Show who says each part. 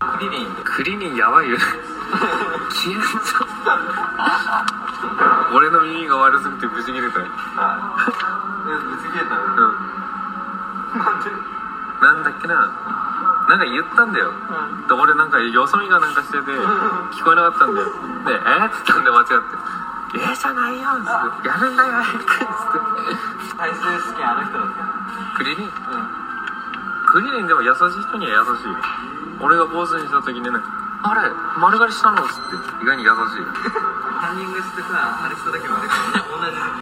Speaker 1: リリンで
Speaker 2: クリリンやばいよね消えそう俺の耳が悪すぎて無事切れたうん
Speaker 1: えぶつ切れたのなんでう
Speaker 2: なんだっけななんか言ったんだよ
Speaker 1: ん
Speaker 2: で俺なんかよそ見がなんかしてて聞こえなかったんだよで「えっ?」つったんで間違って「えじゃないよ」つって「やるんだよ」つって
Speaker 1: 最終試験あの人だっ
Speaker 2: クリリン
Speaker 1: たようん
Speaker 2: クリリンでも優しい人には優しいよ俺が坊主にした時にね「あれ丸刈りしたの?」っつって意外に優しい
Speaker 1: カンニングしてさあれしただけもあれから同じ